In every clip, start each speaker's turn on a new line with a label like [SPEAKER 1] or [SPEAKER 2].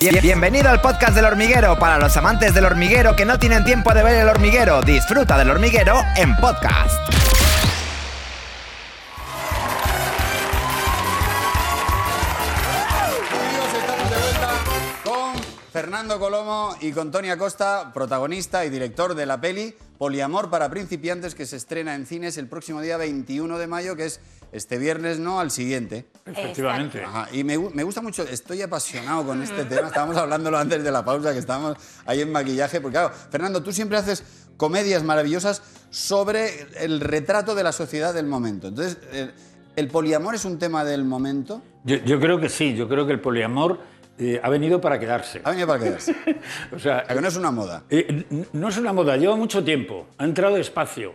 [SPEAKER 1] Bien- Bienvenido al podcast del hormiguero para los amantes del hormiguero que no tienen tiempo de ver el hormiguero. Disfruta del hormiguero en podcast.
[SPEAKER 2] Amigos, estamos de vuelta con Fernando Colomo y con Tony Acosta, protagonista y director de la peli Poliamor para principiantes que se estrena en cines el próximo día 21 de mayo, que es este viernes, no, al siguiente.
[SPEAKER 3] Efectivamente.
[SPEAKER 2] Ajá, y me, gu- me gusta mucho, estoy apasionado con este tema, estábamos hablándolo antes de la pausa, que estábamos ahí en maquillaje, porque claro, Fernando, tú siempre haces comedias maravillosas sobre el retrato de la sociedad del momento. Entonces, eh, ¿el poliamor es un tema del momento?
[SPEAKER 3] Yo, yo creo que sí, yo creo que el poliamor eh, ha venido para quedarse.
[SPEAKER 2] Ha venido para quedarse,
[SPEAKER 3] O sea,
[SPEAKER 2] a que no es una moda.
[SPEAKER 3] eh, n- no es una moda, lleva mucho tiempo, ha entrado despacio,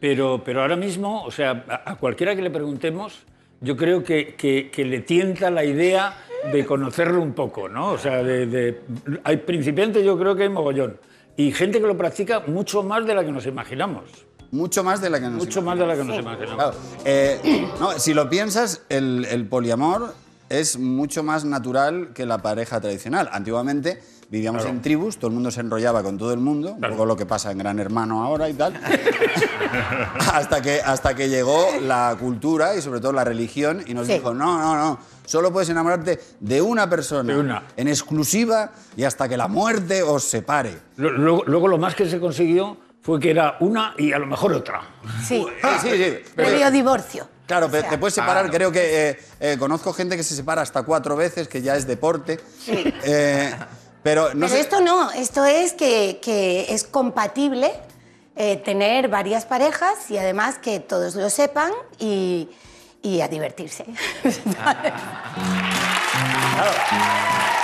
[SPEAKER 3] pero, pero ahora mismo, o sea, a, a cualquiera que le preguntemos, yo creo que, que- que le tienta la idea de conocerlo un poco, ¿no? O sea, de, de- hay principiantes, yo creo que hay mogollón, y gente que lo practica mucho más de la que nos imaginamos,
[SPEAKER 2] Mucho más de la que nos
[SPEAKER 3] mucho más de la que nos imaginamos.
[SPEAKER 2] Claro, eh, no, si lo piensas, el, el poliamor es mucho más natural que la pareja tradicional. Antiguamente vivíamos en tribus, todo el mundo se enrollaba con todo el mundo, un poco lo que pasa en Gran Hermano ahora y tal. hasta, que, hasta que llegó la cultura y sobre todo la religión y nos dijo, no, no, no, solo puedes enamorarte de una persona,
[SPEAKER 3] De una.
[SPEAKER 2] en exclusiva y hasta que la muerte os separe.
[SPEAKER 3] Lo- Luego, luego lo más que se consiguió fue que era una y a lo mejor otra.
[SPEAKER 4] Sí,
[SPEAKER 3] Ah.
[SPEAKER 2] Sí, sí, pero-
[SPEAKER 4] medio divorcio.
[SPEAKER 2] Claro,
[SPEAKER 4] O
[SPEAKER 2] pero
[SPEAKER 4] sea,
[SPEAKER 2] te puedes separar, creo que eh, eh, conozco gente que se separa hasta cuatro veces, que ya es deporte. Eh, pero no
[SPEAKER 4] pero
[SPEAKER 2] sé.
[SPEAKER 4] esto no, esto es que, que es compatible eh, tener varias parejas y además que todos lo sepan y, y a divertirse.
[SPEAKER 2] Ah.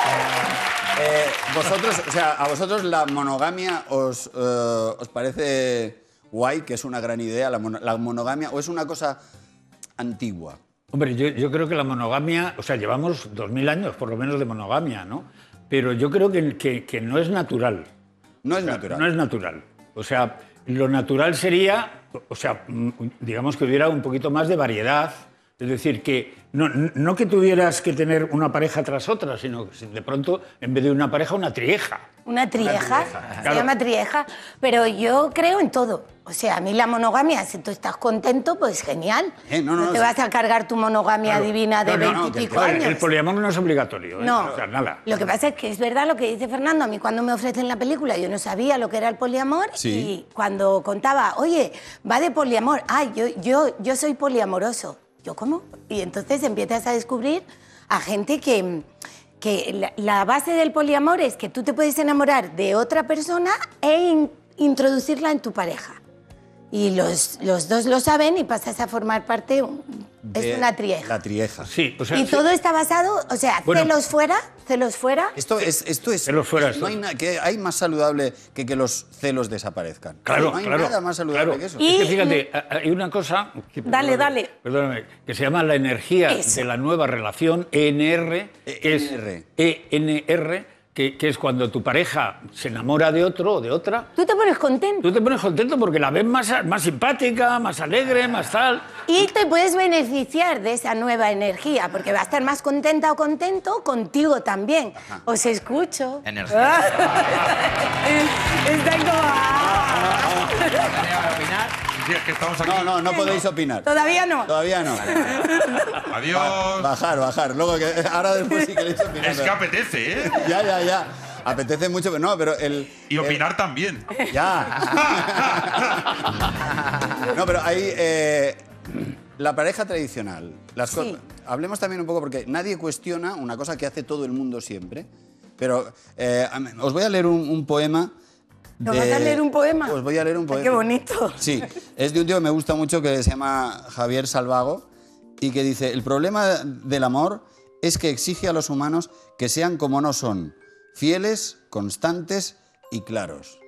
[SPEAKER 2] eh, vosotros, o sea, a vosotros la monogamia os, eh, os parece guay, que es una gran idea, la, mono- la monogamia, o es una cosa antigua.
[SPEAKER 3] Hombre, yo, yo creo que la monogamia, o sea, llevamos 2.000 años por lo menos de monogamia, ¿no? Pero yo creo que, que- que no es natural.
[SPEAKER 2] No es
[SPEAKER 3] No
[SPEAKER 2] natural.
[SPEAKER 3] es natural. O sea, lo natural sería, o- o sea, mm, digamos que hubiera un poquito más de variedad. Es decir, que no, no que tuvieras que tener una pareja tras otra, sino que de pronto, en vez de una pareja, una trieja.
[SPEAKER 4] Una trieja, se
[SPEAKER 3] claro.
[SPEAKER 4] llama trieja, pero yo creo en todo. O sea, a mí la monogamia, si tú estás contento, pues genial.
[SPEAKER 2] Eh, no, no, no,
[SPEAKER 4] te
[SPEAKER 2] sí.
[SPEAKER 4] vas a cargar tu monogamia
[SPEAKER 3] Claro.
[SPEAKER 4] divina
[SPEAKER 3] No,
[SPEAKER 4] de
[SPEAKER 3] no, no,
[SPEAKER 4] veintipico
[SPEAKER 2] que el-
[SPEAKER 3] El,
[SPEAKER 4] años.
[SPEAKER 3] el poliamor no es obligatorio. ¿eh?
[SPEAKER 4] No.
[SPEAKER 3] O sea, nada.
[SPEAKER 4] Lo que pasa es que es verdad lo que dice Fernando. A mí cuando me ofrecen la película yo no sabía lo que era el poliamor
[SPEAKER 2] Sí.
[SPEAKER 4] y cuando contaba, oye, va de poliamor. Ah, yo, yo, yo soy poliamoroso. ¿Yo cómo? Y entonces empiezas a descubrir a gente que, que la, la base del poliamor es que tú te puedes enamorar de otra persona e in- introducirla en tu pareja. Y los, los dos lo saben y pasas a formar parte, un-
[SPEAKER 2] De-
[SPEAKER 4] es una trieja.
[SPEAKER 2] Eh, La trieja.
[SPEAKER 3] Sí, o sea,
[SPEAKER 4] Y
[SPEAKER 3] sí.
[SPEAKER 4] todo está basado, o sea,
[SPEAKER 3] Bueno.
[SPEAKER 4] celos fuera, celos fuera.
[SPEAKER 2] Esto es, esto es.
[SPEAKER 3] Celos fuera,
[SPEAKER 2] no
[SPEAKER 3] esto
[SPEAKER 2] hay,
[SPEAKER 3] es.
[SPEAKER 2] na- que hay más saludable que que los celos desaparezcan.
[SPEAKER 3] Claro,
[SPEAKER 2] no hay
[SPEAKER 3] claro.
[SPEAKER 2] nada más saludable
[SPEAKER 3] claro.
[SPEAKER 2] que eso.
[SPEAKER 4] Y-
[SPEAKER 3] Es que fíjate, a- a- hay una cosa. que-
[SPEAKER 4] Dale,
[SPEAKER 3] perdóname,
[SPEAKER 4] dale.
[SPEAKER 3] Perdóname, que se llama la energía
[SPEAKER 4] Eso.
[SPEAKER 3] de la nueva relación, ENR.
[SPEAKER 2] E
[SPEAKER 3] que es-
[SPEAKER 2] ENR.
[SPEAKER 3] ENR, que, que es cuando tu pareja se enamora de otro o de otra.
[SPEAKER 4] Tú te pones contento
[SPEAKER 3] Tú te pones contento porque la ves más, más simpática, más alegre, más tal.
[SPEAKER 4] y te puedes beneficiar de esa nueva energía, porque va a estar más contenta o contento contigo también. Os escucho.
[SPEAKER 5] Energía.
[SPEAKER 4] Está como, ah.
[SPEAKER 6] Sí, es que estamos aquí.
[SPEAKER 2] No, no, no podéis opinar.
[SPEAKER 4] Todavía no.
[SPEAKER 2] Todavía no.
[SPEAKER 6] Adiós.
[SPEAKER 2] Bajar, bajar. Luego que eh, ahora después sí queréis opinar.
[SPEAKER 6] Es que apetece, ¿eh?
[SPEAKER 2] Ya, ya, ya. Apetece mucho, pero no, pero el.
[SPEAKER 4] Eh.
[SPEAKER 6] Y opinar también.
[SPEAKER 2] Ya. No, pero ahí. eh, la pareja tradicional. Las co-
[SPEAKER 4] Sí.
[SPEAKER 2] Hablemos también un poco, porque nadie cuestiona una cosa que hace todo el mundo siempre. Pero eh, a mí- os voy a leer un, un poema.
[SPEAKER 4] ¿Nos
[SPEAKER 2] de-
[SPEAKER 4] vas a leer un poema?
[SPEAKER 2] Os voy a leer un
[SPEAKER 4] Ay,
[SPEAKER 2] poema.
[SPEAKER 4] qué bonito.
[SPEAKER 2] Sí, es de un tío que me gusta mucho que se llama Javier Salvago y que dice, el problema del amor es que exige a los humanos que sean como no son, fieles, constantes y claros.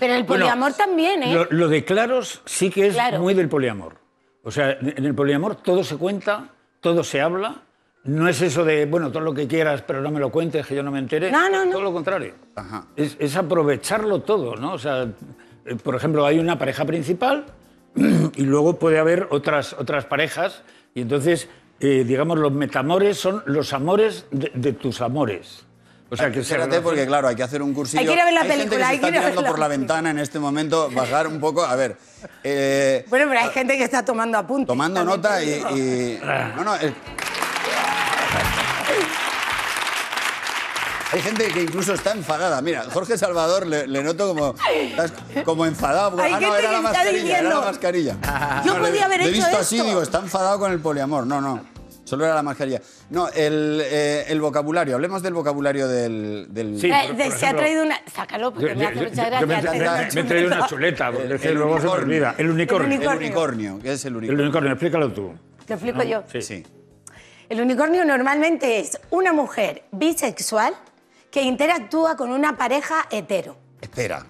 [SPEAKER 4] Pero el
[SPEAKER 3] Bueno,
[SPEAKER 4] poliamor también, ¿eh?
[SPEAKER 3] Lo, lo de claros sí que es
[SPEAKER 4] Claro.
[SPEAKER 3] muy del poliamor. O sea, en el poliamor todo se cuenta, todo se habla. No es eso de, bueno, todo lo que quieras, pero no me lo cuentes, que yo no me entere.
[SPEAKER 4] No, no, no.
[SPEAKER 3] Todo lo contrario.
[SPEAKER 2] Ajá.
[SPEAKER 3] Es, es aprovecharlo todo, ¿no? O sea, eh, por ejemplo, hay una pareja principal y luego puede haber otras, otras parejas. Y entonces eh, digamos, los metamores son los amores de, de tus amores. O sea, que se
[SPEAKER 2] Espérate,
[SPEAKER 3] relacion-
[SPEAKER 2] porque claro, hay que hacer un cursillo.
[SPEAKER 4] Hay que ir a ver la
[SPEAKER 2] gente que
[SPEAKER 4] película,
[SPEAKER 2] se
[SPEAKER 4] hay
[SPEAKER 2] está
[SPEAKER 4] que ir a ver
[SPEAKER 2] tirando
[SPEAKER 4] la
[SPEAKER 2] por la
[SPEAKER 4] película.
[SPEAKER 2] ventana en este momento, bajar un poco. A ver, eh,
[SPEAKER 4] Bueno, pero hay gente que está tomando apuntes.
[SPEAKER 2] tomando
[SPEAKER 4] también te
[SPEAKER 2] nota y,
[SPEAKER 4] digo.
[SPEAKER 2] y- No, eh. no. es- Hay gente que incluso está enfadada. Mira, Jorge Salvador le, le noto como, estás como enfadado. porque,
[SPEAKER 4] Hay
[SPEAKER 2] ah, no,
[SPEAKER 4] gente
[SPEAKER 2] era la
[SPEAKER 4] que está
[SPEAKER 2] mascarilla, era
[SPEAKER 4] diciendo,
[SPEAKER 2] la mascarilla.
[SPEAKER 4] yo
[SPEAKER 2] No, le-
[SPEAKER 4] podía haber
[SPEAKER 2] le he
[SPEAKER 4] hecho
[SPEAKER 2] visto así,
[SPEAKER 4] esto.
[SPEAKER 2] digo, está enfadado con el poliamor. No, no. Solo era la mascarilla. No, el, eh, el vocabulario. Hablemos del vocabulario del... del-
[SPEAKER 3] Sí.
[SPEAKER 4] Eh,
[SPEAKER 3] por- por
[SPEAKER 4] de- se ha
[SPEAKER 3] ejemplo,
[SPEAKER 4] traído una. Sácalo porque me hace mucha
[SPEAKER 3] yo me,
[SPEAKER 4] gracia.
[SPEAKER 3] me-
[SPEAKER 4] te dan
[SPEAKER 3] me he traído una
[SPEAKER 4] chuleta.
[SPEAKER 3] chuleta, porque
[SPEAKER 2] El-
[SPEAKER 3] es que
[SPEAKER 2] el
[SPEAKER 3] luego se me
[SPEAKER 2] unicornio.
[SPEAKER 3] olvida. El unicornio.
[SPEAKER 4] El
[SPEAKER 3] El
[SPEAKER 2] El
[SPEAKER 3] unicornio,
[SPEAKER 4] unicornio.
[SPEAKER 2] unicornio. ¿Qué es el unicornio?
[SPEAKER 3] explícalo tú.
[SPEAKER 4] Lo explico yo.
[SPEAKER 2] Sí.
[SPEAKER 4] El unicornio normalmente es una mujer bisexual que interactúa con una pareja hetero.
[SPEAKER 2] Espera.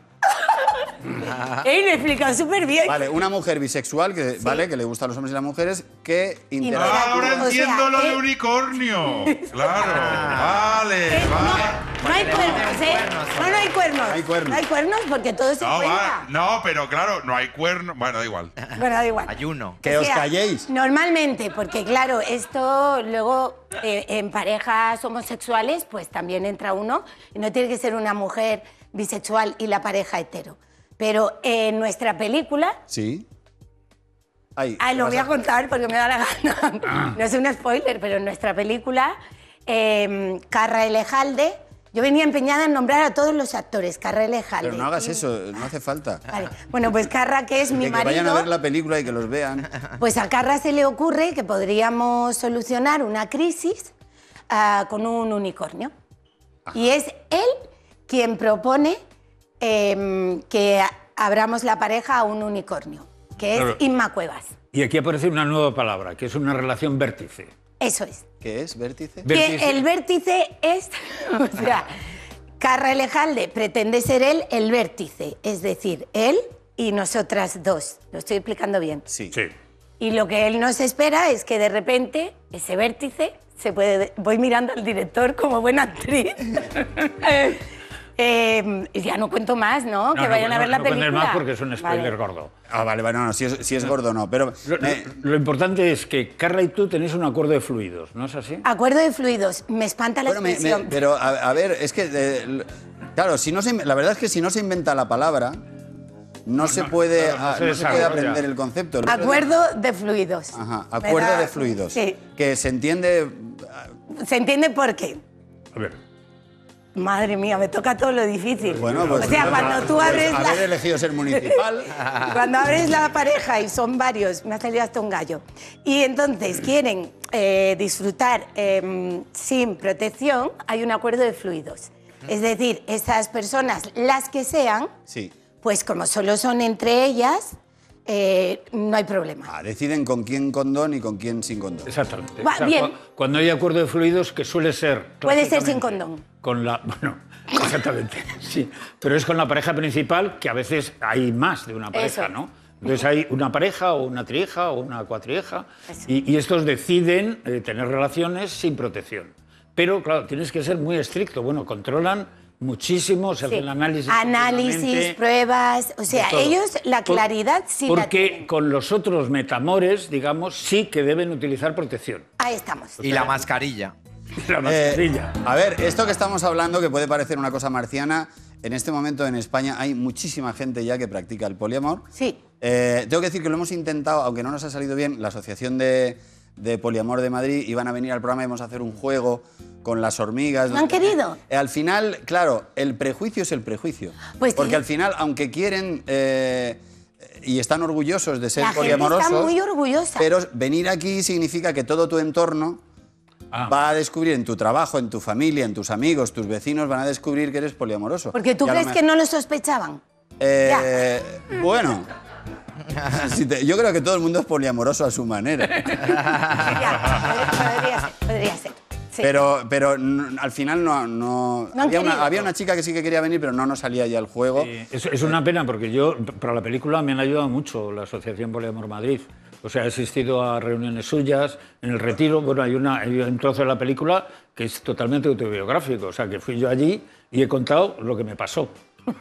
[SPEAKER 4] Él lo explica súper bien.
[SPEAKER 2] Vale, una mujer bisexual que, ¿vale? que le gustan los hombres y las mujeres que
[SPEAKER 4] no.
[SPEAKER 2] interactúa.
[SPEAKER 6] Ah, ahora
[SPEAKER 4] O sea,
[SPEAKER 6] entiendo lo de
[SPEAKER 4] eh.
[SPEAKER 6] unicornio. Claro. Vale,
[SPEAKER 4] Eh, no,
[SPEAKER 6] vale.
[SPEAKER 4] no hay cuernos, ¿eh? No, no hay cuernos.
[SPEAKER 2] No hay cuernos.
[SPEAKER 4] No hay cuernos porque todo se
[SPEAKER 6] No, va-
[SPEAKER 4] cuenta.
[SPEAKER 6] no, pero claro, no hay cuerno. Bueno, da igual.
[SPEAKER 4] Bueno, da igual.
[SPEAKER 1] Ayuno.
[SPEAKER 2] Que
[SPEAKER 4] O
[SPEAKER 2] os
[SPEAKER 4] sea,
[SPEAKER 2] calléis.
[SPEAKER 4] Normalmente, porque claro, esto luego eh, en parejas homosexuales, pues también entra uno, y no tiene que ser una mujer bisexual y la pareja hetero. Pero en nuestra película,
[SPEAKER 2] Sí. Ay,
[SPEAKER 4] ah, lo
[SPEAKER 2] vas Ah.
[SPEAKER 4] voy a contar porque me da la gana, no es un spoiler, pero en nuestra película, eh, Carra Elejalde, yo venía empeñada en nombrar a todos los actores, Carra Elejalde.
[SPEAKER 2] Pero no hagas eso, no hace falta.
[SPEAKER 4] Vale. Bueno, pues Carra, que es
[SPEAKER 2] Que,
[SPEAKER 4] mi
[SPEAKER 2] que
[SPEAKER 4] marido.
[SPEAKER 2] vayan a ver la película y que los vean.
[SPEAKER 4] Pues a Carra se le ocurre que podríamos solucionar una crisis ah, con un unicornio. Y es él quien propone em, que a- abramos la pareja a un unicornio, que es
[SPEAKER 3] Claro.
[SPEAKER 4] Inma Cuevas.
[SPEAKER 3] Y aquí aparece una nueva palabra, que es una relación vértice.
[SPEAKER 4] Eso es.
[SPEAKER 2] ¿Qué es? ¿Vértice?
[SPEAKER 3] Ve- Vértice.
[SPEAKER 4] Que el vértice es, o sea, Carra Elejalde pretende ser él el vértice, es decir, él y nosotras dos. Lo estoy explicando bien.
[SPEAKER 2] Sí.
[SPEAKER 3] Sí.
[SPEAKER 4] Y lo que él nos espera es que de repente ese vértice se puede. Voy mirando al director como buena actriz. Eh, ya no cuento más, ¿no? que
[SPEAKER 3] No, no,
[SPEAKER 4] vayan a
[SPEAKER 3] no,
[SPEAKER 4] ver la
[SPEAKER 3] no cuentes
[SPEAKER 4] película.
[SPEAKER 3] más porque es un spoiler
[SPEAKER 4] Vale.
[SPEAKER 3] gordo.
[SPEAKER 2] Ah, vale, bueno, no, si es, si es gordo no, pero...
[SPEAKER 3] Lo, lo-
[SPEAKER 2] eh,
[SPEAKER 3] lo importante es que Carla y tú tenéis un acuerdo de fluidos, ¿no es así?
[SPEAKER 4] Acuerdo de fluidos. Me espanta la
[SPEAKER 2] bueno, me- me-
[SPEAKER 4] expresión.
[SPEAKER 2] pero a, a ver, es que... eh, l- claro, si no se, in- la verdad es que si no se inventa la palabra, no, se puede,
[SPEAKER 3] claro, no
[SPEAKER 2] ah,
[SPEAKER 3] se
[SPEAKER 2] no se puede
[SPEAKER 3] desarrolla.
[SPEAKER 2] aprender el concepto. El otro día-
[SPEAKER 4] Acuerdo de fluidos.
[SPEAKER 2] Ajá, acuerdo
[SPEAKER 4] ¿Verdad?
[SPEAKER 2] de fluidos.
[SPEAKER 4] Sí.
[SPEAKER 2] Que se entiende.
[SPEAKER 4] ¿Se entiende por qué?
[SPEAKER 3] A ver.
[SPEAKER 4] Madre mía, me toca todo lo difícil.
[SPEAKER 2] Bueno, pues.
[SPEAKER 4] o sea, cuando tú
[SPEAKER 2] pues,
[SPEAKER 4] abres la...
[SPEAKER 2] Haber elegido ser municipal.
[SPEAKER 4] Cuando abres la pareja y son varios, me ha salido hasta un gallo, y entonces quieren eh, disfrutar eh, sin protección, hay un acuerdo de fluidos. Es decir, esas personas, las que sean,
[SPEAKER 2] Sí.
[SPEAKER 4] pues como solo son entre ellas, eh, no hay problema.
[SPEAKER 2] Ah, deciden con quién condón y con quién sin condón.
[SPEAKER 3] Exactamente.
[SPEAKER 4] Va, bien.
[SPEAKER 3] cua- Cuando hay acuerdo de fluidos, que suele ser.
[SPEAKER 4] Puede ser
[SPEAKER 3] clásicamente
[SPEAKER 4] sin condón.
[SPEAKER 3] Con la. Bueno, exactamente. sí. Pero es con la pareja principal, que a veces hay más de una pareja,
[SPEAKER 4] Eso.
[SPEAKER 3] ¿no? Entonces hay una pareja o una trieja o una cuatrieja y, y estos deciden eh, tener relaciones sin protección. Pero claro, tienes que ser muy estricto. Bueno, controlan muchísimo, se hacen
[SPEAKER 4] Sí.
[SPEAKER 3] análisis.
[SPEAKER 4] Análisis,
[SPEAKER 3] continuamente.
[SPEAKER 4] pruebas, o sea,
[SPEAKER 3] De todo.
[SPEAKER 4] ellos la
[SPEAKER 3] Por-
[SPEAKER 4] claridad sí la
[SPEAKER 3] Porque
[SPEAKER 4] tienen.
[SPEAKER 3] con los otros metamores, digamos, sí que deben utilizar protección.
[SPEAKER 4] Ahí estamos.
[SPEAKER 1] Y la mascarilla.
[SPEAKER 3] La
[SPEAKER 2] Eh,
[SPEAKER 3] mascarilla.
[SPEAKER 2] a ver, esto que estamos hablando, que puede parecer una cosa marciana, en este momento en España hay muchísima gente ya que practica el poliamor.
[SPEAKER 4] Sí.
[SPEAKER 2] Eh, tengo que decir que lo hemos intentado, aunque no nos ha salido bien, la Asociación de, de Poliamor de Madrid iban a venir al programa y íbamos a hacer un juego con las hormigas.
[SPEAKER 4] ¿No han querido?
[SPEAKER 2] Eh, al final, claro, el prejuicio es el prejuicio.
[SPEAKER 4] Pues sí.
[SPEAKER 2] Porque al final, aunque quieren eh, y están orgullosos de ser
[SPEAKER 4] La gente está
[SPEAKER 2] poliamorosos...
[SPEAKER 4] muy orgullosa.
[SPEAKER 2] Pero venir aquí significa que todo tu entorno
[SPEAKER 3] Ah.
[SPEAKER 2] va a descubrir en tu trabajo, en tu familia, en tus amigos, tus vecinos van a descubrir que eres poliamoroso.
[SPEAKER 4] Porque tú
[SPEAKER 2] Y a lo
[SPEAKER 4] crees
[SPEAKER 2] me-
[SPEAKER 4] que no lo sospechaban.
[SPEAKER 2] Eh, bueno. Si te- yo creo que todo el mundo es poliamoroso a su manera,
[SPEAKER 4] Ya, podría ser, podría ser. Sí.
[SPEAKER 2] pero, pero n- al final no... no-
[SPEAKER 4] No han
[SPEAKER 2] había, una,
[SPEAKER 4] querido.
[SPEAKER 2] había una chica que sí que quería venir, pero no nos salía ya el juego.
[SPEAKER 3] Eh, es, es una pena porque yo, para la película, me han ayudado mucho la Asociación Poliamor Madrid. O sea, he asistido a reuniones suyas, en el retiro, bueno, hay, una, hay un trozo de la película que es totalmente autobiográfico. O sea, que fui yo allí y he contado lo que me pasó.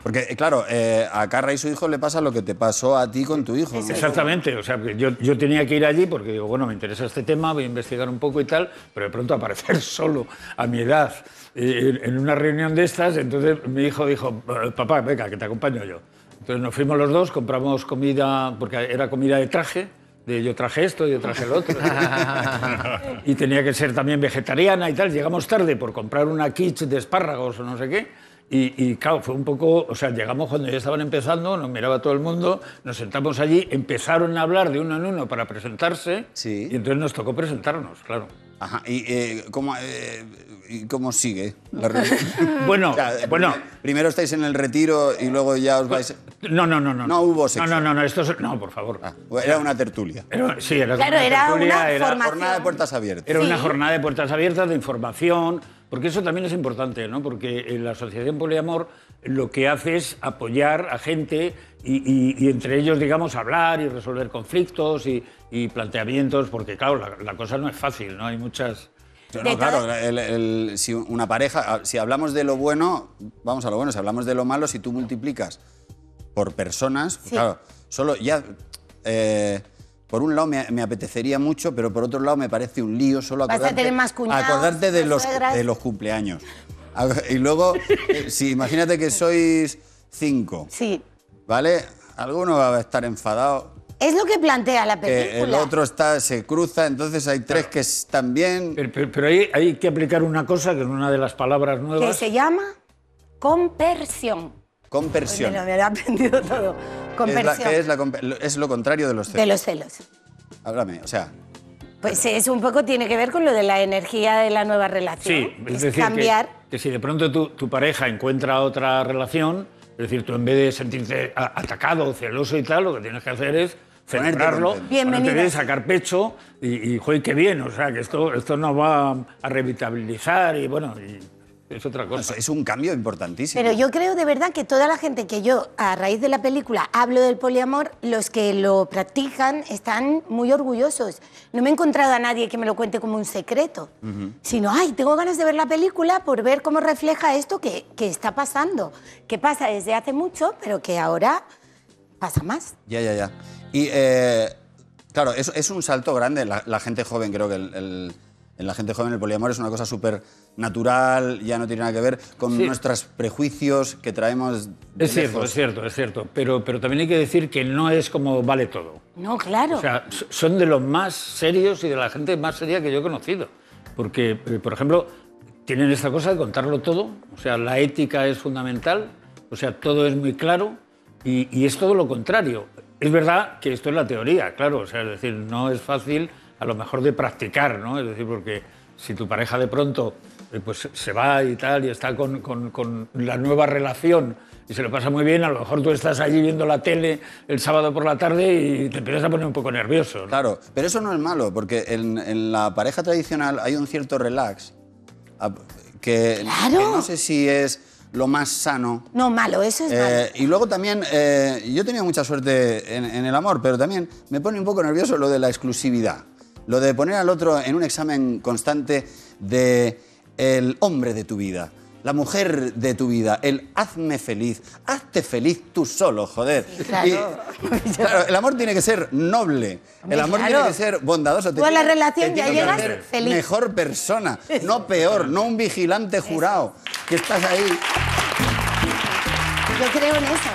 [SPEAKER 2] Porque, claro, eh, a Carra y su hijo le pasa lo que te pasó a ti con tu hijo. ¿no?
[SPEAKER 3] Exactamente, o sea, que yo, yo tenía que ir allí porque digo, bueno, me interesa este tema, voy a investigar un poco y tal, pero de pronto aparecer solo a mi edad eh, en en una reunión de estas, entonces mi hijo dijo, "Eh, papá, venga, que te acompaño yo. Entonces nos fuimos los dos, compramos comida, porque era comida de traje, de yo traje esto, yo traje el otro. y tenía que ser también vegetariana y tal. Llegamos tarde por comprar una quiche de espárragos o no sé qué. Y, y, claro, fue un poco, o sea, llegamos cuando ya estaban empezando, nos miraba todo el mundo, nos sentamos allí, empezaron a hablar de uno en uno para presentarse
[SPEAKER 2] Sí.
[SPEAKER 3] y entonces nos tocó presentarnos, claro.
[SPEAKER 2] Ajá, ¿y, eh, cómo, eh, y cómo sigue la reunión?
[SPEAKER 4] Ah.
[SPEAKER 3] Bueno,
[SPEAKER 2] O sea, eh,
[SPEAKER 3] bueno,
[SPEAKER 2] primer- Primero estáis en el retiro y luego ya os vais...
[SPEAKER 3] no, no, no, no.
[SPEAKER 2] No hubo sexo.
[SPEAKER 3] No, no, no, no, esto es, no, por favor.
[SPEAKER 2] Ah, Era una tertulia.
[SPEAKER 3] Era- sí, era
[SPEAKER 4] Claro,
[SPEAKER 3] como
[SPEAKER 4] era
[SPEAKER 3] tertulia,
[SPEAKER 4] una forma-
[SPEAKER 2] Jornada de puertas abiertas.
[SPEAKER 3] Era una jornada de puertas abiertas, de información, porque eso también es importante, ¿no? Porque eh, la Asociación Poliamor lo que hace es apoyar a gente y, y- y entre ellos, digamos, hablar y resolver conflictos y, y planteamientos, porque claro, la, la cosa no es fácil, ¿no? Hay muchas...
[SPEAKER 2] No,
[SPEAKER 4] De
[SPEAKER 2] claro,
[SPEAKER 4] todas-
[SPEAKER 2] el- el- si una pareja, ah, si hablamos de lo bueno, vamos a lo bueno, si hablamos de lo malo, si tú multiplicas por personas, pues
[SPEAKER 4] Sí.
[SPEAKER 2] claro, solo ya, eh, por un lado me, me apetecería mucho, pero por otro lado me parece un lío solo
[SPEAKER 4] Vas a
[SPEAKER 2] acordarte,
[SPEAKER 4] tener más cuñados,
[SPEAKER 2] acordarte de,
[SPEAKER 4] más
[SPEAKER 2] los,
[SPEAKER 4] suegras.
[SPEAKER 2] de los cumpleaños. A- Y luego, eh, si imagínate que sois cinco,
[SPEAKER 4] Sí.
[SPEAKER 2] ¿vale? Alguno va a estar enfadado,
[SPEAKER 4] Es lo que plantea la
[SPEAKER 2] que
[SPEAKER 4] película.
[SPEAKER 2] el otro está, se cruza, entonces hay tres que están bien.
[SPEAKER 3] Pero, pero- pero hay, hay que aplicar una cosa, que es una de las palabras
[SPEAKER 4] que
[SPEAKER 3] nuevas.
[SPEAKER 4] se llama compersión. Pues me
[SPEAKER 2] Conversión.
[SPEAKER 4] lo, me lo he aprendido todo.
[SPEAKER 2] es, la-
[SPEAKER 4] Compersión.
[SPEAKER 2] que es la comp- lo- es lo contrario de los
[SPEAKER 4] de
[SPEAKER 2] celos.
[SPEAKER 4] los celos.
[SPEAKER 2] Háblame, o sea,
[SPEAKER 4] Pues es un poco, tiene que ver con lo de la energía de la nueva relación.
[SPEAKER 3] Sí, es
[SPEAKER 4] Es
[SPEAKER 3] decir, que-
[SPEAKER 4] cambiar.
[SPEAKER 3] Que, si de pronto tu, tu pareja encuentra otra relación, es decir, tú en vez de sentirte a- atacado, celoso y tal, lo que tienes que hacer es
[SPEAKER 2] Ponerte
[SPEAKER 3] celebrarlo,
[SPEAKER 2] contento.
[SPEAKER 4] Bienvenido.
[SPEAKER 3] ponerte bien, sacar pecho y, y joder, qué bien, o sea, que esto, esto nos va a revitalizar y bueno, y es otra
[SPEAKER 2] o
[SPEAKER 3] cosa.
[SPEAKER 2] sea, es un cambio importantísimo.
[SPEAKER 4] Pero yo creo de verdad que toda la gente que yo, a raíz de la película, hablo del poliamor, los que lo practican están muy orgullosos. No me he encontrado a nadie que me lo cuente como un secreto, sino, ay, tengo ganas de ver la película por ver cómo refleja esto que, que está pasando, que pasa desde hace mucho, pero que ahora pasa más.
[SPEAKER 2] Ya, ya, ya. Y eh, claro, es, es un salto grande. La, la gente joven, creo que el- el- en la gente joven el poliamor es una cosa súper natural, ya no tiene nada que ver con
[SPEAKER 3] Sí.
[SPEAKER 2] nuestros prejuicios que traemos. de
[SPEAKER 3] Es cierto,
[SPEAKER 2] lejos.
[SPEAKER 3] es cierto, es cierto, pero, pero también hay que decir que no es como vale todo.
[SPEAKER 4] No, claro.
[SPEAKER 3] O sea, so- son de los más serios y de la gente más seria que yo he conocido. Porque, eh, por ejemplo, tienen esta cosa de contarlo todo. O sea, la ética es fundamental. O sea, todo es muy claro. Y, y es todo lo contrario. Es verdad que esto es la teoría, claro. O sea, es decir, no es fácil a lo mejor de practicar, ¿no? Es decir, porque si tu pareja de pronto eh, pues, se va y tal y está con, con- con la nueva relación y se lo pasa muy bien, a lo mejor tú estás allí viendo la tele el sábado por la tarde y te empiezas a poner un poco nervioso. ¿no?
[SPEAKER 2] Claro, pero eso no es malo, porque en, en la pareja tradicional hay un cierto relax a- que,
[SPEAKER 4] Claro.
[SPEAKER 2] que no sé si es lo más sano.
[SPEAKER 4] no, malo, eso es malo.
[SPEAKER 2] Eh, y luego también, eh, yo he tenido mucha suerte en, en el amor, pero también me pone un poco nervioso lo de la exclusividad. Lo de poner al otro en un examen constante de el hombre de tu vida, la mujer de tu vida, el hazme feliz, hazte feliz tú solo, joder.
[SPEAKER 4] claro.
[SPEAKER 2] claro, el amor tiene que ser noble, el amor
[SPEAKER 4] Claro.
[SPEAKER 2] tiene que ser bondadoso. te
[SPEAKER 4] Tú a la
[SPEAKER 2] tiene-
[SPEAKER 4] relación
[SPEAKER 2] te
[SPEAKER 4] ya
[SPEAKER 2] tiene que
[SPEAKER 4] llegas
[SPEAKER 2] hacer
[SPEAKER 4] feliz.
[SPEAKER 2] Mejor persona, no peor, no un vigilante jurado, que estás ahí.
[SPEAKER 4] Yo creo en eso.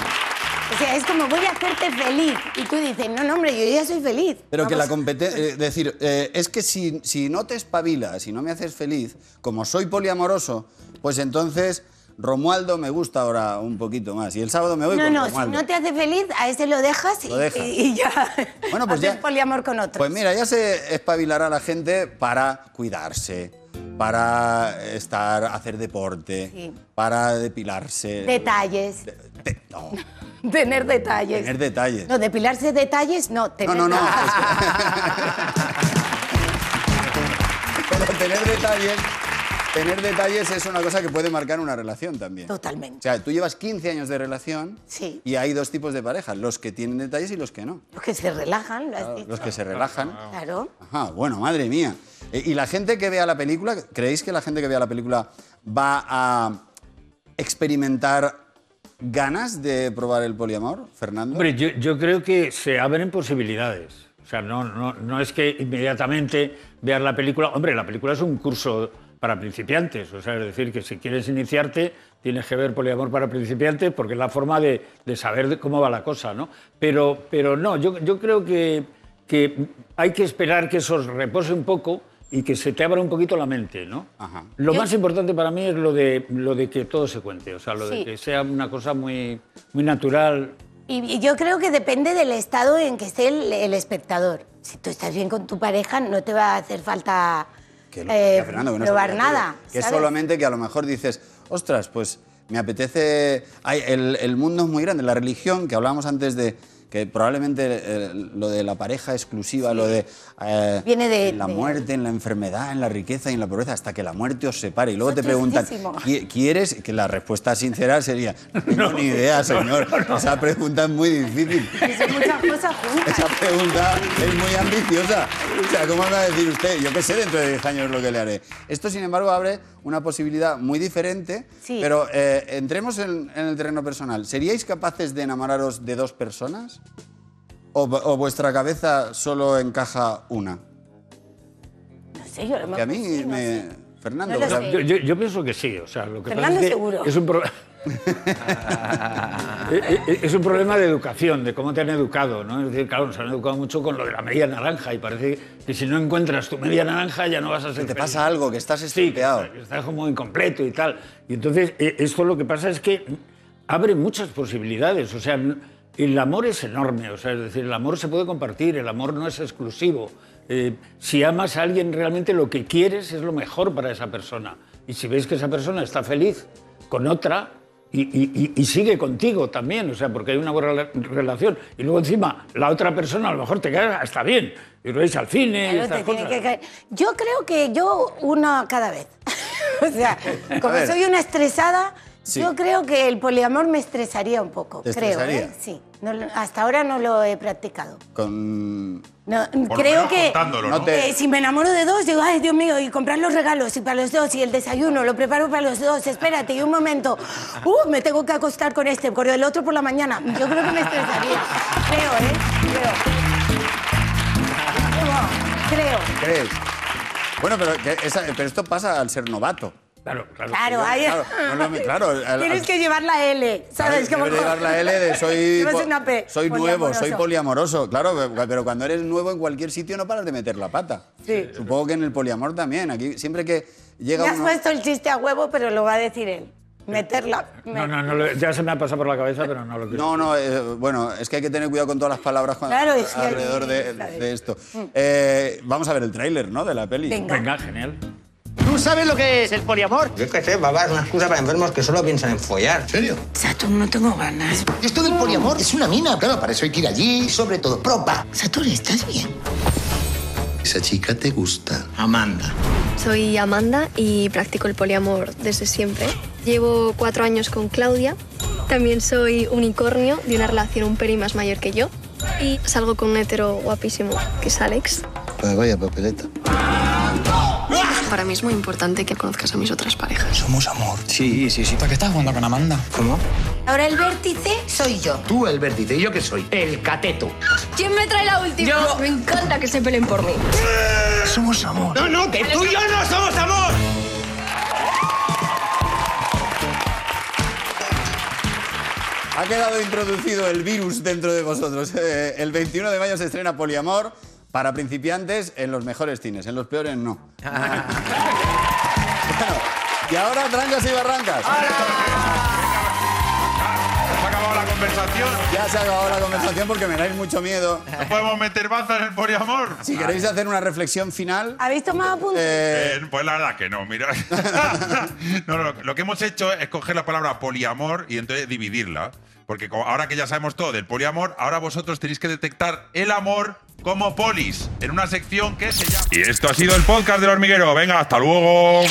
[SPEAKER 4] O sea, es como voy a hacerte feliz. Y tú dices, no, no, hombre, yo ya soy feliz.
[SPEAKER 2] Pero que la
[SPEAKER 4] Vamos.
[SPEAKER 2] competencia. decir, eh, es que si, si no te espabilas, si no me haces feliz, como soy poliamoroso, pues entonces Romualdo me gusta ahora un poquito más. Y el sábado me voy
[SPEAKER 4] No,
[SPEAKER 2] con
[SPEAKER 4] no, si
[SPEAKER 2] Romualdo.
[SPEAKER 4] no te hace feliz, a ese lo dejas y,
[SPEAKER 2] Lo dejas.
[SPEAKER 4] y- y ya.
[SPEAKER 2] Bueno, pues
[SPEAKER 4] haces
[SPEAKER 2] ya-
[SPEAKER 4] poliamor con otro.
[SPEAKER 2] Pues mira, ya se espabilará la gente para cuidarse, para estar, hacer deporte,
[SPEAKER 4] Sí.
[SPEAKER 2] para depilarse.
[SPEAKER 4] Detalles.
[SPEAKER 2] Te- no,
[SPEAKER 4] Tener detalles.
[SPEAKER 2] tener detalles.
[SPEAKER 4] No, depilarse detalles, no.
[SPEAKER 2] No,
[SPEAKER 4] Tener
[SPEAKER 2] no, no.
[SPEAKER 4] detalles. Ah,
[SPEAKER 2] es que- Pero tener detalles, tener detalles es una cosa que puede marcar una relación también. O
[SPEAKER 4] Totalmente.
[SPEAKER 2] sea, tú llevas 15 años de relación
[SPEAKER 4] Sí.
[SPEAKER 2] y hay dos tipos de parejas, los que tienen detalles y los que no.
[SPEAKER 4] Los que se relajan, lo has dicho.
[SPEAKER 2] Los que se relajan.
[SPEAKER 4] Claro.
[SPEAKER 2] Ajá, bueno, madre mía. E- ¿Y la gente que vea la película, creéis que la gente que vea la película va a experimentar ganas de probar el poliamor, Fernando?
[SPEAKER 3] Hombre, yo, yo creo que se abren posibilidades. O sea, no, no, no es que inmediatamente veas la película. Hombre, la película es un curso para principiantes. O sea, es decir, que si quieres iniciarte, tienes que ver Poliamor para principiantes porque es la forma de, de saber de cómo va la cosa, ¿no? Pero, pero no, yo, yo creo que, que hay que esperar que eso repose un poco y que se te abra un poquito la mente, ¿no?
[SPEAKER 2] Ajá.
[SPEAKER 3] Lo
[SPEAKER 5] Yo-
[SPEAKER 3] más importante para mí es lo de, lo de que todo se cuente, o sea, lo de
[SPEAKER 5] Sí.
[SPEAKER 3] que sea una cosa muy, muy natural,
[SPEAKER 4] Y y yo creo que depende del estado en que esté el, el espectador. Si tú estás bien con tu pareja, no te va a hacer falta
[SPEAKER 2] Que lo-
[SPEAKER 4] eh,
[SPEAKER 2] que, Fernando, que no es
[SPEAKER 4] probar
[SPEAKER 2] obligatorio.
[SPEAKER 4] nada.
[SPEAKER 2] Que es
[SPEAKER 4] ¿sabes?
[SPEAKER 2] solamente que a lo mejor dices, ostras, pues me apetece. Ay, el, el mundo es muy grande. La religión, que hablábamos antes de que probablemente eh, lo de la pareja exclusiva, lo de. eh,
[SPEAKER 4] Viene de-
[SPEAKER 2] en la
[SPEAKER 4] de-
[SPEAKER 2] muerte, en la enfermedad, en la riqueza y en la pobreza, hasta que la muerte os separe. Y luego te preguntan,
[SPEAKER 4] tremendísimo.
[SPEAKER 2] "¿Qui- ¿quieres? Que la respuesta sincera sería, no tengo ni idea, señor. Esa pregunta es muy difícil.
[SPEAKER 4] Y son muchas cosas juntas.
[SPEAKER 2] Esa pregunta es muy ambiciosa. O sea, ¿cómo va a decir usted? Yo qué sé dentro de 10 años lo que le haré. Esto, sin embargo, abre una posibilidad muy diferente.
[SPEAKER 4] Sí.
[SPEAKER 2] Pero eh, entremos en, en el terreno personal. ¿Seríais capaces de enamoraros de dos personas? ¿O, vu- o vuestra cabeza solo encaja una?
[SPEAKER 4] No sé, yo a lo
[SPEAKER 2] Que a
[SPEAKER 4] mejor
[SPEAKER 2] mí
[SPEAKER 4] sí, no
[SPEAKER 2] me...
[SPEAKER 4] sé.
[SPEAKER 2] Fernando,
[SPEAKER 4] No lo
[SPEAKER 2] o sea,
[SPEAKER 4] sé.
[SPEAKER 3] Yo, yo- yo pienso que sí, o sea, lo que pasa
[SPEAKER 4] Fernando
[SPEAKER 3] es que
[SPEAKER 4] seguro.
[SPEAKER 3] es un pro- Eh, eh, es un problema de educación, de cómo te han educado, ¿no? Es decir, claro, nos han educado mucho con lo de la media naranja y parece que si no encuentras tu media naranja ya no vas a ser
[SPEAKER 2] que te
[SPEAKER 3] feliz.
[SPEAKER 2] pasa algo, que estás
[SPEAKER 3] Sí, que
[SPEAKER 2] estropeado.
[SPEAKER 3] está, que está como incompleto y tal. Y entonces, e- esto lo que pasa es que abre muchas posibilidades. O sea, n- el amor es enorme. O sea, es decir, el amor se puede compartir, el amor no es exclusivo. Eh, si amas a alguien, realmente lo que quieres es lo mejor para esa persona. Y si ves que esa persona está feliz con otra y, y- y- y sigue contigo también, o sea, porque hay una buena rela- relación. Y luego encima, la otra persona a lo mejor te cae hasta bien. Y lo veis al cine. y
[SPEAKER 4] Claro,
[SPEAKER 3] estas
[SPEAKER 4] te tiene
[SPEAKER 3] cosas.
[SPEAKER 4] que caer. Yo creo que yo una cada vez. o sea, como
[SPEAKER 2] ver.
[SPEAKER 4] soy una estresada,
[SPEAKER 2] Sí.
[SPEAKER 4] yo creo que el poliamor me estresaría un poco.
[SPEAKER 2] ¿Te
[SPEAKER 4] creo,
[SPEAKER 2] estresaría?
[SPEAKER 4] ¿eh? Sí. No lo- hasta ahora no lo he practicado.
[SPEAKER 2] Con...
[SPEAKER 4] No,
[SPEAKER 6] Por lo
[SPEAKER 4] creo
[SPEAKER 6] menos
[SPEAKER 4] que
[SPEAKER 6] contándolo,
[SPEAKER 2] no
[SPEAKER 6] ¿no?
[SPEAKER 2] te-
[SPEAKER 4] Eh, si me enamoro de dos, digo, ay, Dios mío, y comprar los regalos, y para los dos, y el desayuno, lo preparo para los dos, espérate, y un momento, uh, me tengo que acostar con este, con el otro por la mañana. Yo creo que me estresaría. Creo, ¿eh? Creo. Creo.
[SPEAKER 2] ¿Crees? Bueno, pero, que esa- pero esto pasa al ser novato.
[SPEAKER 3] Claro, claro.
[SPEAKER 4] Claro, ahí...
[SPEAKER 2] Claro, no, no, claro, al-
[SPEAKER 4] Tienes
[SPEAKER 2] al-
[SPEAKER 4] que llevar la L, ¿sabes?
[SPEAKER 2] Claro,
[SPEAKER 4] Como-
[SPEAKER 2] debe llevar la L de soy,
[SPEAKER 4] Llevas
[SPEAKER 2] po-
[SPEAKER 4] una P,
[SPEAKER 2] soy nuevo, soy
[SPEAKER 4] poliamoroso.
[SPEAKER 2] poliamoroso. Claro, pe- pero cuando eres nuevo en cualquier sitio no paras de meter la pata.
[SPEAKER 4] Sí.
[SPEAKER 2] Supongo que en el poliamor también. Aquí siempre que llega
[SPEAKER 4] Me has
[SPEAKER 2] uno...
[SPEAKER 4] puesto el chiste a huevo, pero lo va a decir él. Meterla.
[SPEAKER 3] No, no, no, lo- ya se me ha pasado por la cabeza, pero no lo quiero.
[SPEAKER 2] No, no, eh, bueno, es que hay que tener cuidado con todas las palabras cuando-
[SPEAKER 4] Claro, es que-
[SPEAKER 2] alrededor de,
[SPEAKER 4] claro.
[SPEAKER 2] de esto. Eh, vamos a ver el tráiler, ¿no? De la peli.
[SPEAKER 4] Venga.
[SPEAKER 3] Venga, genial.
[SPEAKER 7] ¿Tú sabes lo que es el poliamor?
[SPEAKER 8] Yo qué sé, papá, es una excusa para enfermos que solo piensan en follar.
[SPEAKER 9] Saturn, no tengo ganas.
[SPEAKER 10] Esto del poliamor es una mina, claro, para eso hay que ir allí, sobre todo propa.
[SPEAKER 9] Saturn, ¿estás bien?
[SPEAKER 10] Esa chica te gusta.
[SPEAKER 8] Amanda.
[SPEAKER 11] Soy Amanda y practico el poliamor desde siempre. Llevo cuatro años con Claudia. También soy unicornio de una relación un peri más mayor que yo. Y salgo con un hetero guapísimo, que es Alex.
[SPEAKER 10] Pues vaya papeleta.
[SPEAKER 11] Para mí es muy importante que conozcas a mis otras parejas.
[SPEAKER 8] Somos amor. Sí, sí, sí. ¿Para qué estás jugando con Amanda? ¿Cómo?
[SPEAKER 4] Ahora el vértice
[SPEAKER 9] Soy yo.
[SPEAKER 10] Tú, el vértice, ¿y yo qué soy?
[SPEAKER 7] El cateto.
[SPEAKER 11] ¿Quién me trae la última? Me encanta que se peleen por mí.
[SPEAKER 10] Somos amor.
[SPEAKER 8] No, no, que tú y yo no somos amor.
[SPEAKER 2] Ha quedado introducido el virus dentro de vosotros. Eh, el 21 de mayo se estrena Poliamor para principiantes en los mejores cines, en los peores no. Bueno, y ahora trancas y barrancas.
[SPEAKER 6] Se ha acabado la conversación.
[SPEAKER 2] Ya se ha acabado la conversación porque me dais mucho miedo.
[SPEAKER 6] No podemos meter baza en el poliamor.
[SPEAKER 2] Si queréis hacer una reflexión final,
[SPEAKER 4] ¿Habéis tomado apuntes?
[SPEAKER 2] eh,
[SPEAKER 6] Eh, pues la verdad que no, mira. no, no, lo, lo que hemos hecho es coger la palabra poliamor y entonces dividirla. Porque co- ahora que ya sabemos todo del poliamor, ahora vosotros tenéis que detectar el amor como polis en una sección que se llama. Y esto ha sido el podcast del hormiguero. Venga, hasta luego.